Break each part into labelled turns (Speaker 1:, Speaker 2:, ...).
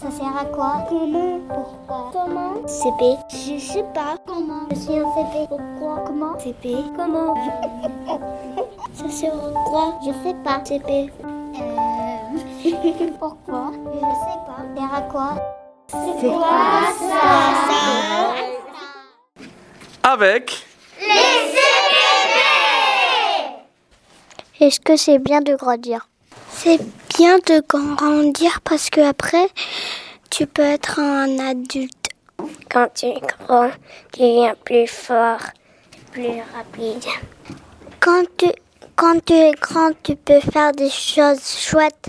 Speaker 1: Ça sert à quoi Comment Pourquoi Comment CP Je sais pas. Comment Je suis un CP. Pourquoi Comment CP Comment Ça sert à quoi Je sais pas. CP. Euh... Pourquoi Je sais pas. Ça sert à quoi C'est quoi ça
Speaker 2: Avec
Speaker 1: Est-ce que c'est bien de grandir C'est bien de grandir parce que après, tu peux être un adulte. Quand tu grands, tu deviens plus fort, plus rapide. Quand tu, quand tu es grand, tu peux faire des choses chouettes.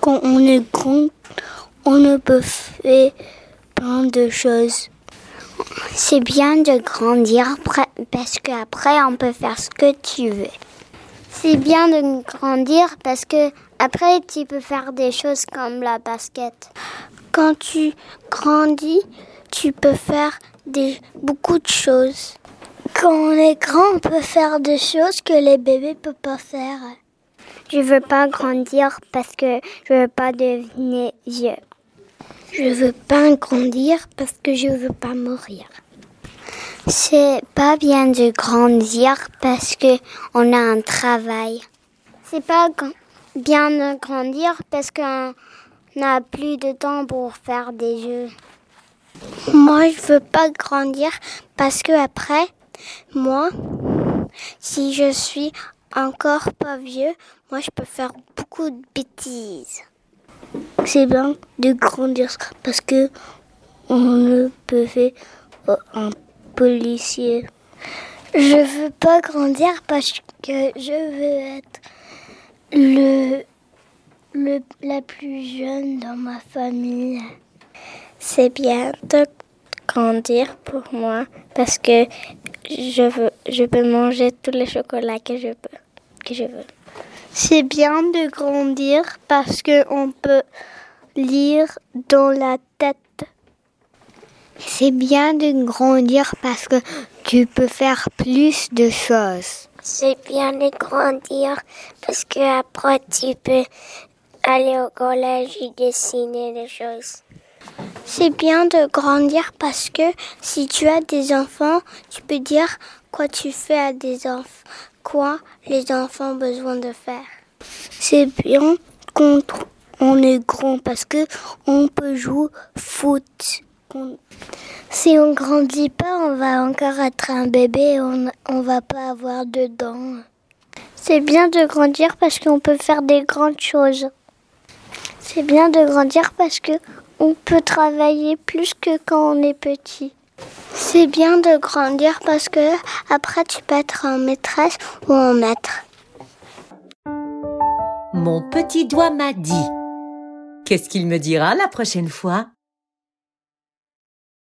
Speaker 1: Quand on est grand, on peut faire plein de choses. C'est bien de grandir après- parce que après on peut faire ce que tu veux. C'est bien de grandir parce que après tu peux faire des choses comme la basket. Quand tu grandis, tu peux faire des, beaucoup de choses. Quand on est grand, on peut faire des choses que les bébés peuvent pas faire. Je veux pas grandir parce que je veux pas devenir vieux. Je veux pas grandir parce que je veux pas mourir. C'est pas bien de grandir parce que on a un travail. C'est pas gr- bien de grandir parce qu'on n'a plus de temps pour faire des jeux. Moi, je veux pas grandir parce que après, moi, si je suis encore pas vieux, moi, je peux faire beaucoup de bêtises. C'est bien de grandir parce que on ne peut faire un policier. Je veux pas grandir parce que je veux être le, le la plus jeune dans ma famille. C'est bien de grandir pour moi parce que je veux je peux manger tous les chocolats que je peux que je veux. C'est bien de grandir parce que on peut lire dans la tête. C'est bien de grandir parce que tu peux faire plus de choses.
Speaker 3: C'est bien de grandir parce que après tu peux aller au collège et dessiner des choses.
Speaker 1: C'est bien de grandir parce que si tu as des enfants, tu peux dire quoi tu fais à des enfants, quoi les enfants ont besoin de faire. C'est bien contre on est grand parce que on peut jouer foot. On- Si on grandit pas, on va encore être un bébé, on on va pas avoir de dents. C'est bien de grandir parce qu'on peut faire des grandes choses. C'est bien de grandir parce que on peut travailler plus que quand on est petit. C'est bien de grandir parce que après tu peux être en maîtresse ou en maître.
Speaker 4: Mon petit doigt m'a dit. Qu'est-ce qu'il me dira la prochaine fois